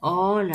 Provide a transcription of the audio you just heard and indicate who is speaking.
Speaker 1: Hola